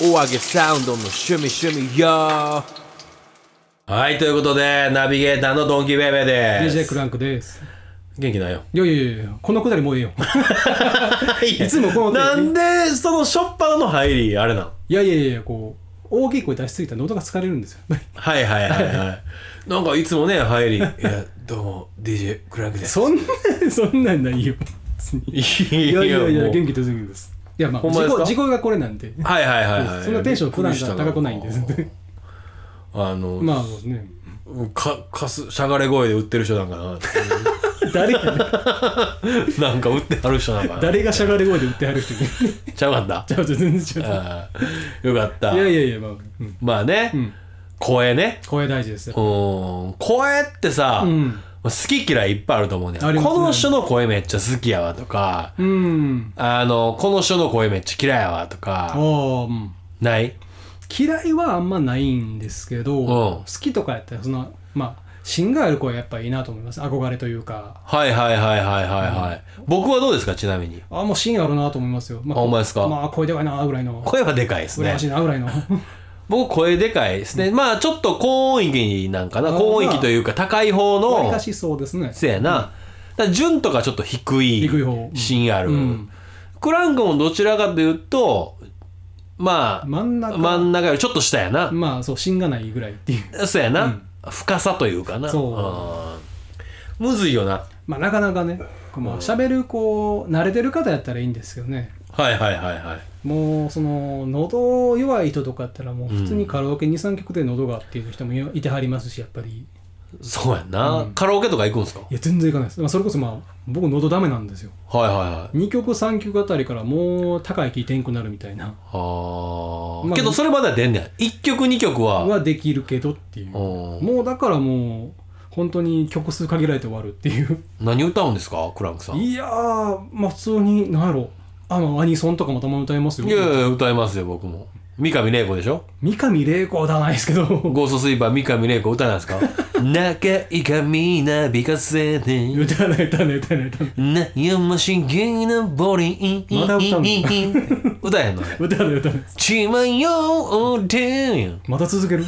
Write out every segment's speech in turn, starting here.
お揚げサウンドの趣味趣味よはい、ということで、ナビゲーターのドンキーベイベーで DJ す。クランクです。元気ないよ。いやいやいやいや、このくだりもうええよ。いつもこの手なんで、そのしょっぱなの入り、あれなのいやいやいや、こう、大きい声出しすぎたら喉が疲れるんですよ。はいはいはいはい。 なんかいつもね、入り、いや、どうも、DJ クランクです。そんな、 そんなんないよ。別にいやいやいや、もう元気出すぎです。いや、まあ、ほんま事です故か事故がこれなんで。はいはいはいはい。そんなテンション普段びっくりした高くないんです。あの、まあ、もうね。か、かす、しゃがれ声で売ってる人なんかな。 誰が、なんか売ってはる人なんかな。誰がしゃがれ声で売ってはる人に。 ちゃうかったち。ゃうちゃう、全然違う。あーよかった。いやいやいや、まあ、うんまあね、うん声ね。声大事ですよう。ーん声ってさ、うんまあ好き嫌いいっぱいあると思うねんありますねこの人の声めっちゃ好きやわとか、うん。あのこの人の声めっちゃ嫌いやわとああ、かうん。ない嫌いはあんまないんですけど、好きとかやったらそのまあ芯がある声はやっぱいいなと思います憧れというかはいはいはいはいはいはい、僕はどうですかちなみにあもう芯あるなと思いますよ、まあほんまですかまあ声でかいなぐらいの声はでかいです羨ねましいな ぐらいの僕声でかいですね、まあちょっと高音域なんかなあー高音域というか高い方わりのかしそうですねせやな、だから順とかちょっと低い低い方うん芯ある、うんクランクもどちらかというとまあ真ん中真ん中よりちょっと下やな、まあそう芯がないぐらいっていうそうやな、深さというかなそうんむずいよなまあなかなかねまあ喋るこう慣れてる方やったらいいんですけどねはいはいはいはいもうその喉弱い人とかやったらもう普通にカラオケ23曲で喉がっていう人もいてはりますしやっぱりそうやんな、カラオケとか行くんすかはいや全然いかないです、まあ、それこそまあ僕喉ダメなんですよいはいはい2曲3曲あたりからもう高いキー点くなるみたいなあー、まあけどそれまでは出んねん1曲2曲は、はできるけどっていううんもうだからもう本当に曲数限られて終わるっていう何歌うんですかクランクさんいいやーまあ普通に何やろあのアニソンとかもたまに歌いますよやいや歌いますよ僕も三上玲子でしょ三上玲子は歌わないですけどゴーストスイーパー三上玲子歌なんです か中井がみなびかせて歌わない歌わない歌わない歌わない悩ましげなボリンまだ歌うの歌えへんの歌わない歌わない血迷うてまた続ける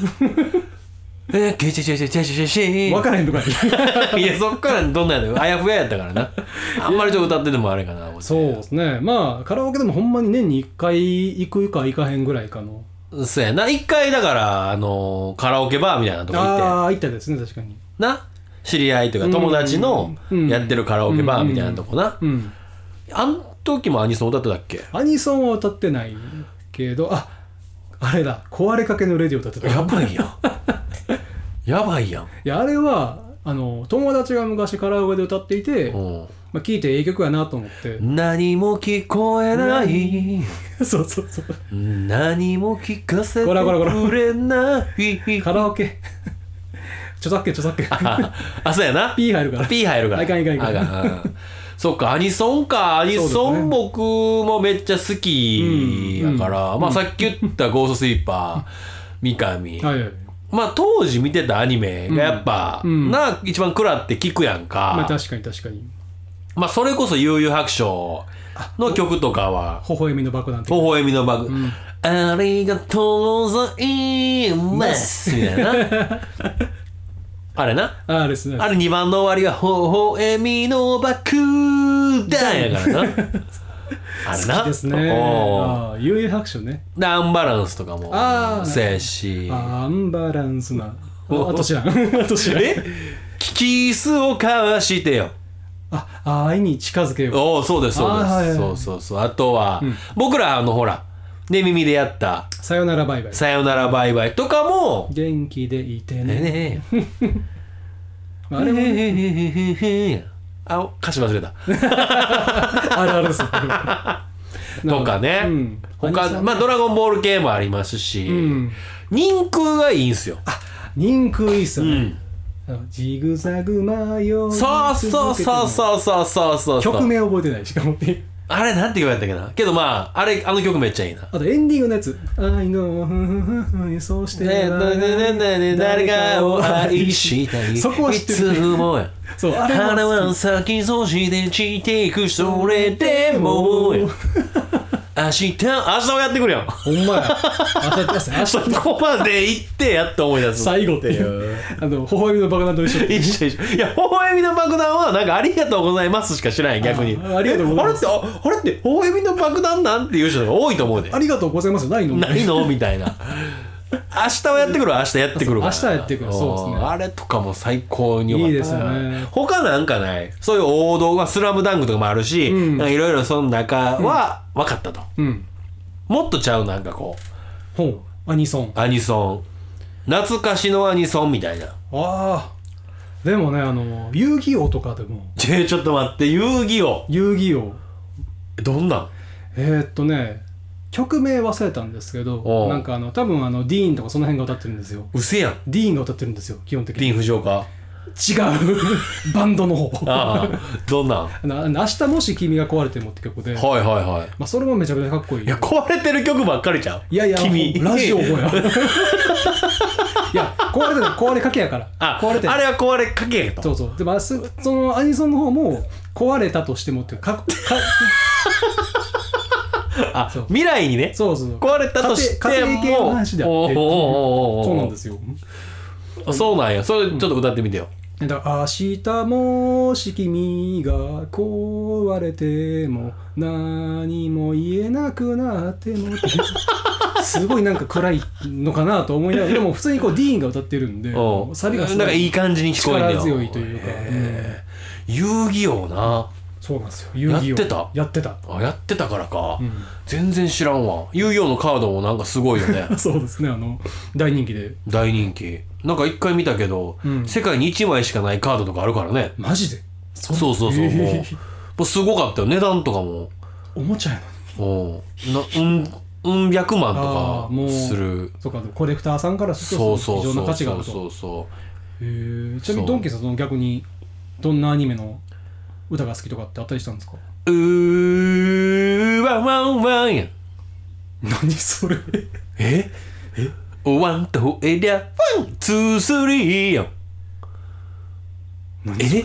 えけちゃちゃちゃちゃちゃち分ゃからへんとかにいやそっからどんなんやのあやふややったからなあんまりちょっと歌っててもあれかな思ってそうですねまあカラオケでもほんまに年に1回行くか行かへんぐらいかのそうやな一回だからあのカラオケバーみたいなとこ行ってああー行ったですね確かにな知り合いというか友達のうんやってるカラオケバーみたいなとこなうんあん時もアニソン歌ってたっけアニソンは歌ってないけどああれだ壊れかけのレディオ歌ってたやいばいやんやばいやんやあれはあの友達が昔カラオケで歌っていて、うんまあ、聴いてええ曲やなと思って、何も聞こえないそうそうそう何も聞かせてこらこらこらくれ ない カラオケ著作権著作権ああ、そうやな。 P 入るからピー入るから。あいかんいかんいかんあうんそっか、アニソンか。アニソそうですンね僕もめっちゃ好きやから、まあさっき言ったゴーストスイーパー、三上。はいはいまあ当時見てたアニメがやっぱ、うんうんな、一番食らって聞くやんまあか。確かに確かにまあそれこそ悠々白書の曲とかは、微笑みの爆弾って微笑みのバグ、ありがとうございます。みたいな。 あれな。ああですねあれ2番の終わりは、ほほえみの爆弾やからな。 あれな。ですねおうああ悠々白書ねでアンバランスとかもあ、ーせやし。アンバランスなおああと知らん あと知らんえキスを交わしてよ。あ愛に近づけようおお、そうです、そうです。あーはいはいそうそうそう。あとは、僕ら、あの、ほら、寝耳でやった、さよならバイバイさよならバイバイとかも、元気でいてねねえあれもねあ、お歌詞忘れた。あるあるです。とかね。うん他、まあ、ドラゴンボール系もありますし、ん人空がいいんすよ。人空いいっすようね。んあのジグザグ迷い続けてそうそうそうそうそうそうそう。曲名覚えてないしかもね。あれ、なんて言われたっけな。けどまあ、あれ、あの曲めっちゃいいな。あとエンディングのやつ。愛のふんふんふんそうしてねえねえねえねえねえ誰かを愛したい。そこは知ってるいつもや。そうあれ花はは咲きそして散っていくそれでもよ明日明日もやってくるやんほんまやあたですねそこまで行ってやっと思い出す最後っていうあの微笑みの爆弾と一緒一緒一緒いや微笑みの爆弾はなんかありがとうございますしか知らない逆にあありがとうございますえあれってああれって微笑みの爆弾なんていう人が多いと思うでありがとうございますないのないのみたいな明日はやってくる明日やってくるからそう明日やってくるそうですねんあれとかも最高に良かったいいですよね他なんかないそういう王道は「スラムダンクとかもあるしんなんかいろいろその中は分かったと、うんもっとちゃうなんかこ本アニソンうアニソン懐かしのアニソンみたいなああでもねあの遊戯王とかでもちょちょっと待って遊戯王遊戯王どんなんえー、っとね曲名忘れたんですけおどうなんかあの多分あのディーンとかその辺が歌ってるんですようせやんディーンが歌ってるんですよ基本的リ に違ン・フジョーかうバンドの方あああ どんなんは のあの明日もし君が壊れてもって曲で、いはいはいまあ、それもめちゃくちゃかっこいいいや壊れてる曲ばっかりじゃんいやいや君ラジオも や いや壊れてる壊れかけやからあ壊れてるあれは壊れかけやとそうそうでまあすそのアニソンの方も壊れたとしてもっていうかか あそう未来にねそうそう壊れたとしても家庭家庭系の話であっておうおうおうおうそうなんですよあそうなんやそれちょっと歌ってみてよ、だから明日もし君が壊れても何も言えなくなっても ってすごいなんか暗いのかなと思いながらでも普通にこうディーンが歌ってるんでおうサビがすなんごかいいい感じに聞こえんね力よ強いというか、へえ遊戯王なうんそうなんですよ遊戯王やってたやってたあやってたからか、ん全然知らんわ遊戯王のカードもなんかすごいよねそうですねあの大人気で大人気なんか一回見たけど、うん世界に1枚しかないカードとかあるからねマジでそうそうそう、えーもうもうすごかったよ値段とかもおもちゃやのにもうなうんうん百万とあーもかうするそうかコレクターさんからするそうとそう非そう常なそう価値があるそとうそへーちなみにそうドンキさんその逆にどんなアニメの歌が好きとかってあったりしたんですかううーワンワンワンやん何それええワンとエリアワンツースリーやんえ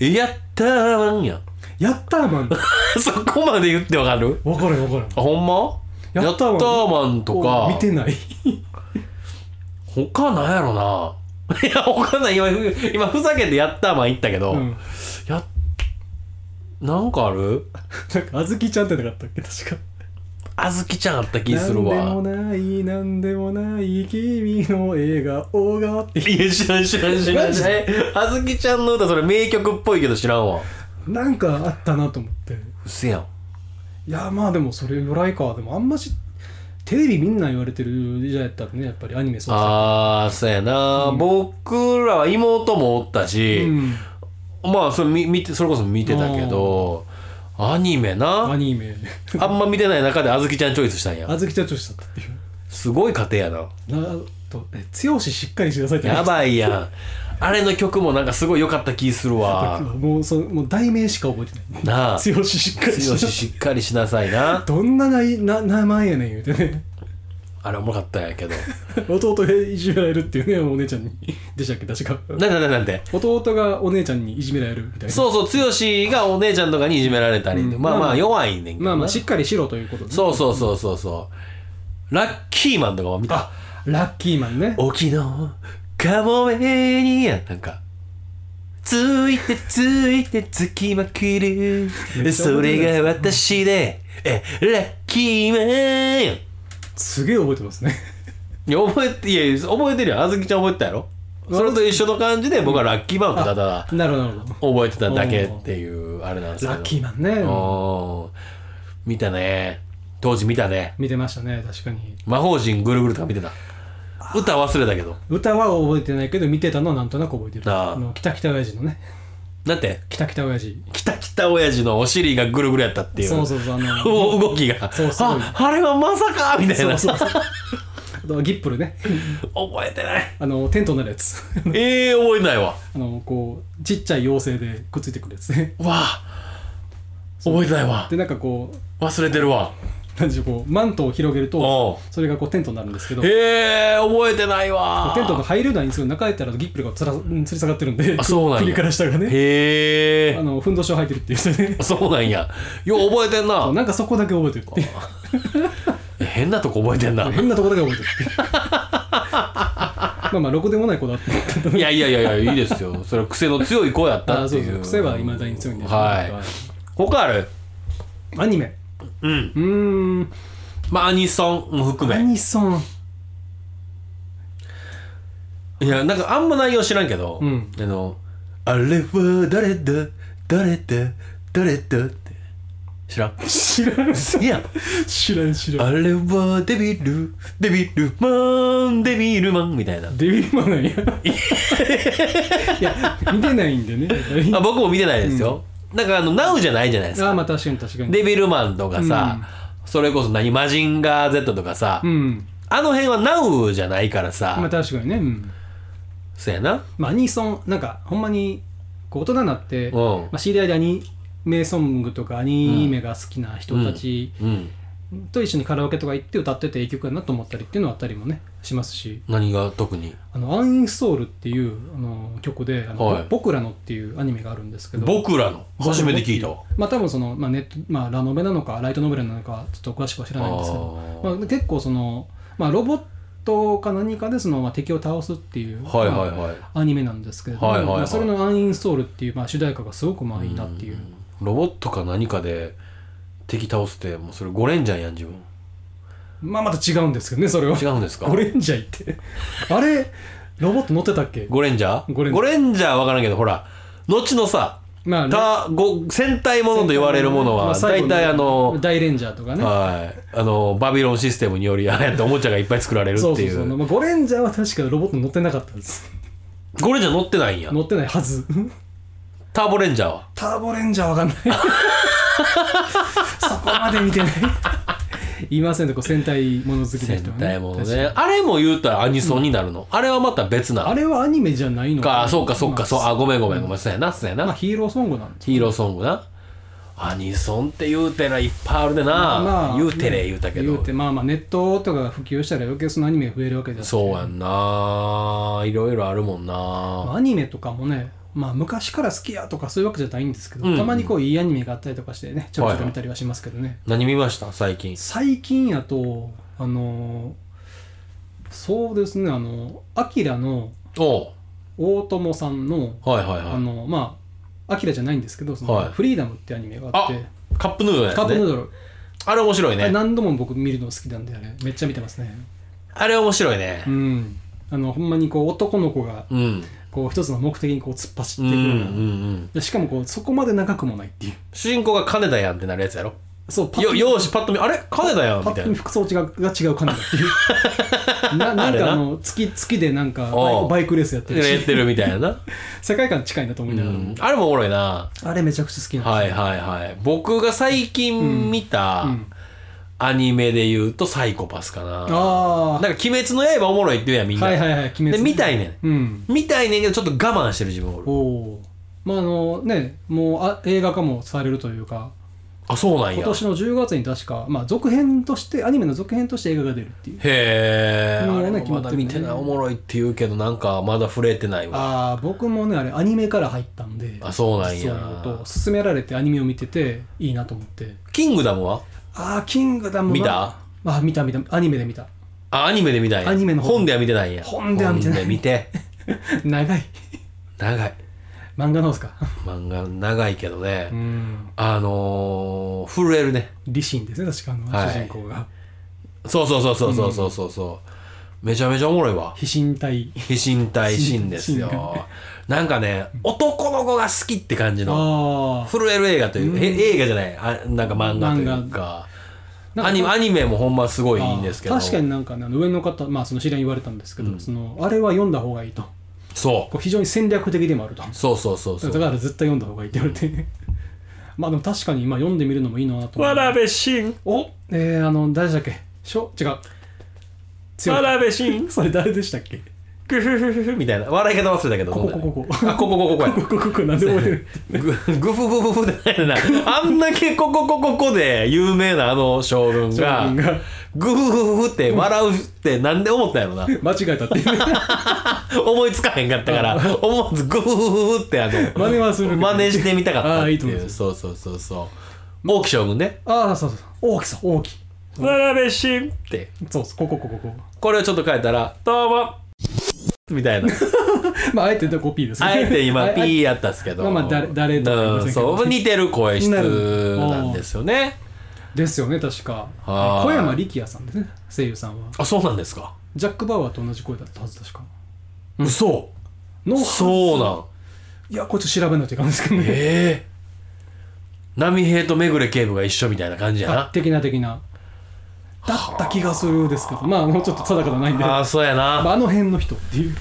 えやったーワンやん やったーマンわそこまで言ってわかるかるよわかるあほんまややっったたーマンーマンとか見てない他なんやろな いや他ない今今ふざけてやったーマン言ったけど、うんやっなんかあるなんかあずきちゃんってなかったっけ確かあずきちゃんあった気するなんわでもないなんでもない君の笑顔がっていや知らん知らん知らマんジ知らんえあずきちゃんの歌それ名曲っぽいけど知らんわなんかあったなと思ってうせやんいやまあでもそれぐらいかでもあんましテレビみんな言われてる時代やったらねやっぱりアニメそうさあーそうやな、僕らは妹もおったし、うんまあそれ見見てそれこそ見てたけどアニメアなニメあんま見てない中であずきちゃんチョイスしたんやあずきちゃん調子だったっていうすごい家庭やななとえ強ししっかりしなさいってやばいやんあれの曲もなんかすごい良かった気する わもうそもう題名しか覚えてないなあ強ししっかりし強なさしいしっかりしなさいなどんなないな名前やねん言うてねあれおもろかったんやけど弟へいじめられるっていうねお姉ちゃんにでしたっけ確かなんでなんでなんで弟がお姉ちゃんにいじめられるみたいなそうそう剛がお姉ちゃんとかにいじめられたり、うんまあまあままああ弱いねんけどなまあまあしっかりしろということでねそうそうそうそうそうラッキーマンとかも見たあラッキーマンね沖のカモメにやなんかついてついてつきまくるめっちゃそ覚えてるれが私でえラッキーマンすげえ覚えてますねいや覚えていや覚えてるよあずきちゃん覚えてたやろそれと一緒の感じで僕はラッキーマンをただただなるほどなるほど覚えてただけっていうあれなんですけどラッキーマンねおー見たね当時見たね見てましたね確かに魔法陣ぐるぐるとか見てた歌忘れたけど歌は覚えてないけど見てたのはなんとなく覚えてるあああの北北親父のねだって北北親父きたきた親父のお尻がぐるぐるやったっていうそうそうそうあのお 動きがそうすごいああれはまさかみたいそなうそうそうあとギップルね覚えてないあのテントになるやつ ええ覚えてないわあのこうちっちゃい妖精でくっついてくるやつねわあ覚えてないわでなんかこう忘れてるわなんでしょうこうマントを広げるおうとそれがこうテントになるんですけどテへえ覚えてないわントが入れないんですけど中入ったらギップルがつら吊り下がってるんであそうなんや首から下がねへえあのふんどしを履いてるっていうね そうなんやよう覚えてんななんかそこだけ覚えてるっていう変なとこ覚えてんな変なとこだけ覚えてるっていう まあまあろくでもない子だったいやいやいやいやいいですよそれは癖の強い子やったあってそいうそうう癖はいまだに強いんでははい他あるいアニメうんうーんまあアニソンも含アめニソンいやなんかあんま内容知らんけど、うんあの「あれは誰だ誰だ誰だ」って知らん知らんい や知らん知らんあれはデビルデビルマンデビルマンみたいなデビルマンなんやいや見てないんでねあ僕も見てないですよ、なんかあの NOW じゃないじゃないですあかあまあ確かに確かにデビルマンとかさ、それこそ何マジンガー Z とかさ、うんあの辺は NOW じゃないからさ、まあ確かにね、うんそうやなまあ、アニソンなんかほんまにこう大人になって、うんまあ、知り合いでアニメソングとかアニメが好きな人たちうんと一緒にカラオケとか行って歌ってていい曲だなと思ったりっていうのはあったりもねしますし何が特に「あのアンインストール」っていうあの曲で「あのはい僕らの」っていうアニメがあるんですけど僕らの初めて聞いたわまあ多分その、まあ、ネット、まあ、ラノベなのかライトノベルなのかちょっと詳しくは知らないんですけどあまあ、結構その、まあ、ロボットか何かでその、まあ、敵を倒すっていう、はいはいまはいあアニメなんですけれども、はいはいはいまあ、それの「アンインストール」っていう、まあ、主題歌がすごくまあいいなっていうロボットか何かで敵倒すってもうそれゴレンジャーやん自分まあまた違うんですけどねそれは違うんですかゴレンジャーってあれロボット乗ってたっけゴレンジャーゴレンジャーゴレンジャーは分からんけどほら後のさまあねたご戦隊ものと言われるものまはあ最大後体あの大レンジャーとかねはいあのバビロンシステムによりああやっておもちゃがいっぱい作られるそうってそいうそう、うまあ、ゴレンジャーは確かロボット乗ってなかったんですゴレンジャー乗ってないんや乗ってないはずターボレンジャーはターボレンジャーわかんないそこまで見てない言いませんとこう戦隊もの好きな戦人は隊もの確かねあれも言うたらアニソンになるの、あれはまた別にあなれはアニメじゃないのかそうかそうかそうまああごめんごめんごめんそうやなそうやまあなヒーローソングなんですヒーローソングなアニソンって言うてないっぱいあるでな、言うてれ言うたけど言うてまあまあネットとかが普及したら余計そのアニメが増えるわけですそうやんないろいろあるもんまなあアニメとかもねまあ昔から好きやとかそういうわけじゃないんですけど、うんたまにこういいアニメがあったりとかしてねちょろちょろ見たりはしますけどね、何見ました最近最近やとあのーそうですねあのアキラのおう大友さんのはいはいあはのまあアキラじゃないんですけど「そのはいフリーダム」ってアニメがあっていカップヌードルやカップヌーねドル、あれ面白いあれね何度も僕見るの好きなんであれめっちゃ見てますねあれ面白いねうんあのほんまにこう男の子がうんうんこう一つの目的にこう突っ走うっんてういくような、んでしかもこうそこまで長くもないっていう主人公が金田やんってなるやつやろそうパッよとよーしパッと見あれ金田やんみパたいなッと見服装違うが違う感じだっていう ななんかあの月月でなんかバイおうクバイクレースやってるやっしてるみたい な、世界観近いなと思いながら、あれもおもろいなあれめちゃくちゃ好きなんですよはいはいはい僕が最近見たうんアニメで言うとサイコパスかな、あなんか「鬼滅の刃」おもろいって言うやんみんな、あはいはいはい決めで見たいねうんん見たいねんけどちょっと我慢してる自分おるおおまああのねもうあ映画化もされるというかあそうなん今や年の10月に確か、まあ、続編としてアニメの続編として映画が出るっていうへえ、うんあれねも決ままっだてるね見てないおもろいって言うけどなんかまだ触れてないわああ僕もねあれアニメから入ったんであそうなんそうやなのと勧められてアニメを見てていいなと思ってキングダムはああキングダムは見たあ見た見たアニメで見た あアニメで見たんやアニメの方本では見てないんや本では見てない本で見て長い長い漫画のですか漫画長いけどね、うんあのー、震えるねリシンですね確かあの、はい主人公がそうそうそうそうそうそうそうそうめちゃめちゃおもろいわ飛信隊非身体シーンですよなんかね男の子が好きって感じのあ震える映画という、え映画じゃないあなんか漫画という漫かあアニメアニメもほんますごいいいんですけど確かになんかねあの上の方、まあ、その知り合いに言われたんですけど、そのあれは読んだ方がいいとそこう非常に戦略的でもあるとうそうそうそうそだうから絶対読んだ方がいいって言われて まあでも確かに今読んでみるのもいいなと思う渡辺慎おえー、あの誰でしたっけしょ違う強い辺慎それ誰でしたっけグフフフフみたいな笑い方忘れたけどここここここあここここここやここここなんで覚えてるググフフフフでないなあんだけこここここで有名なあの将軍が将軍がグフフフフって笑うってなんで思ったんやろな間違えたっていうね思いつかへんかったから思わずグフフフってあの真似はするけど真似してみたかったあっあていいと思いいうまそうそうそうそう大木将軍ねああそうそうそう大きさ大きい渡辺晋ってそうそうここここここれをちょっと変えたらどうもみたいなまああえてでコピーですねあえて今 あピーやったっすけどまあまあ誰誰とか言いうませんんけどそう似てる声質なんですよねですよね確かはーい小山力也さんですね声優さんはあそうなんですかジャック・バウアーと同じ声だったはず確か嘘のそうなんいやこっち調べないといかんですけどねええ波平と目暮警部が一緒みたいな感じやあな的な的なだった気がするですけどまあもうちょっと定かじゃないんでああそうやまあ、なあの辺の人っていう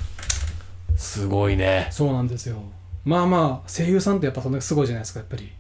すごいねそうなんですよまあまあ声優さんってやっぱそんなすごいじゃないですかやっぱり、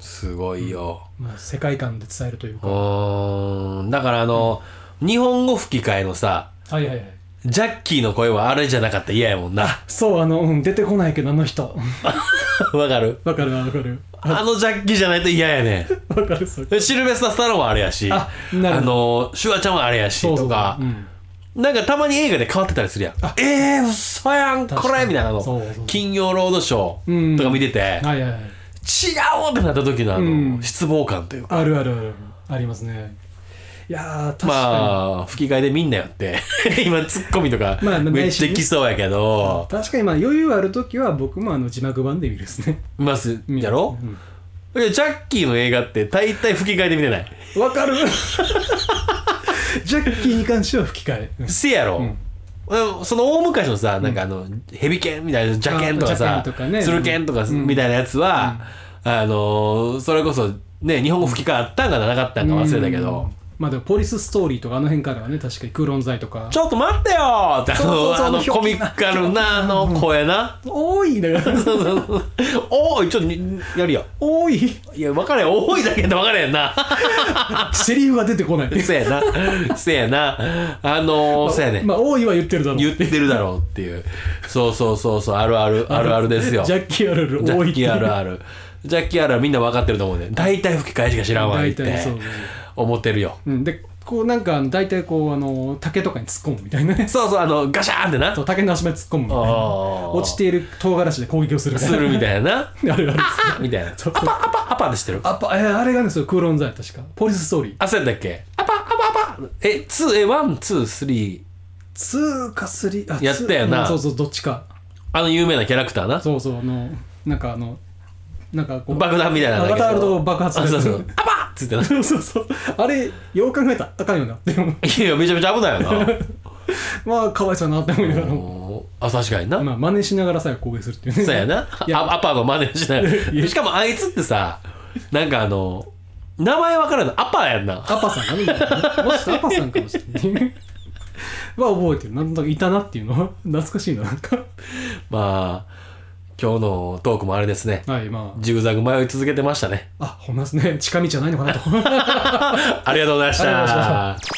すごいよまあ、世界観で伝えるといううかーんだからあの日本語吹き替えのさはいはいはいジャッキーの声はあれじゃなかったら嫌やもんな そうあの、うん、出てこないけどあの人 わかるわかるわかるあのジャッキーじゃないと嫌やねわかるそれんシルベスタ・スタローンはあれやしあなるほのシュワちゃんはあれやしそうそうそうとかうんなんかたまに映画で変わってたりするやんえー、嘘やんこ確かれにみたいなそうのそうそう金曜ロードショーとか見てて、はいはいはい違うってなった時のあの、うん失望感というかあるあるあるありますねいやー確かに、まあ吹き替えでみんなやって 今ツッコミとかまあまあめっちゃいきそうやけど、確かにまあ余裕ある時は僕もあの字幕版で見るですねいますやろ、うんいやジャッキーの映画って大体吹き替えで見てないわ かるジャッキーに関しては吹き替えうんせやろ、うんその大昔のさ、なんかあの、ヘビ犬みたいな、ジャケンとかあさジャケンとか、ねツルケンとかうんみたいなやつは、あのー、それこそ、ね、日本語吹き替えあったんかな、なかったんか忘れたけうどん、まあでもポリスストーリーとかあの辺からはね確かにクーロン剤とかちょっと待ってよーって、あそうそうその、うあのひょコミカルな、あの声な。多いだからそうそうそう おい、ちょっとに、やるよ。多いいや、分かれん、多いだけど分かれんな。 セリフが出てこないせやな。せやな。あのー、せやね。まあ多いは言ってるだろう言ってるだろうっていう。そうそうそうそう、あるある、あるあるですよ。ジャッキーあるあるジャ多いッってキいうーあるある。ジャッキーあるあるみんな分かってると思うね。大体吹き替えしか知らんわっ大て体そう思ってるよ。うんでこうなんかあの大体こうあの竹とかに突っ込むみたいなねそうそう、あの、ガシャーンってなそ。う竹の足場に突っ込むみたいな落落ちている唐辛子で攻撃をするみたいすなるみたい な。 あるあるみたいな。アそパうアパアパで知ってるあっぱえーあれがねそうクーロン剤確かポリスストーリーあ、そうやったっけアパアパアパえ、ツーえ、ワン、ツー、スリー。 2か3あやったよなうんそうそうどっちかあの有名なキャラクターな。そうそうあのなんかあのなんかこう爆弾みたいなのだけど。アバターと爆発あそうそすうる。アパっつってな。そうそうそうあれよう考えたらあかんよなでもいやいや、めちゃめちゃ危ないよな。まあかわいそうやなって思いながらもおーあ、確かにな。まあ真似しながら最後攻撃するっていうねそうやな。いやあアパの真似しない。しかもあいつってさ、なんかあの、名前わからんの。アパやんな。アパさんかみたいなもしかしたらアパさんかもしれないは覚えてるなんとなくいたなっていうのは懐かしいななんかまあ、今日のトークもあれですね。はいまジグザグ迷い続けてましたね。ああほんまですね近道じゃないのかなとありがとうございましありがとうございた。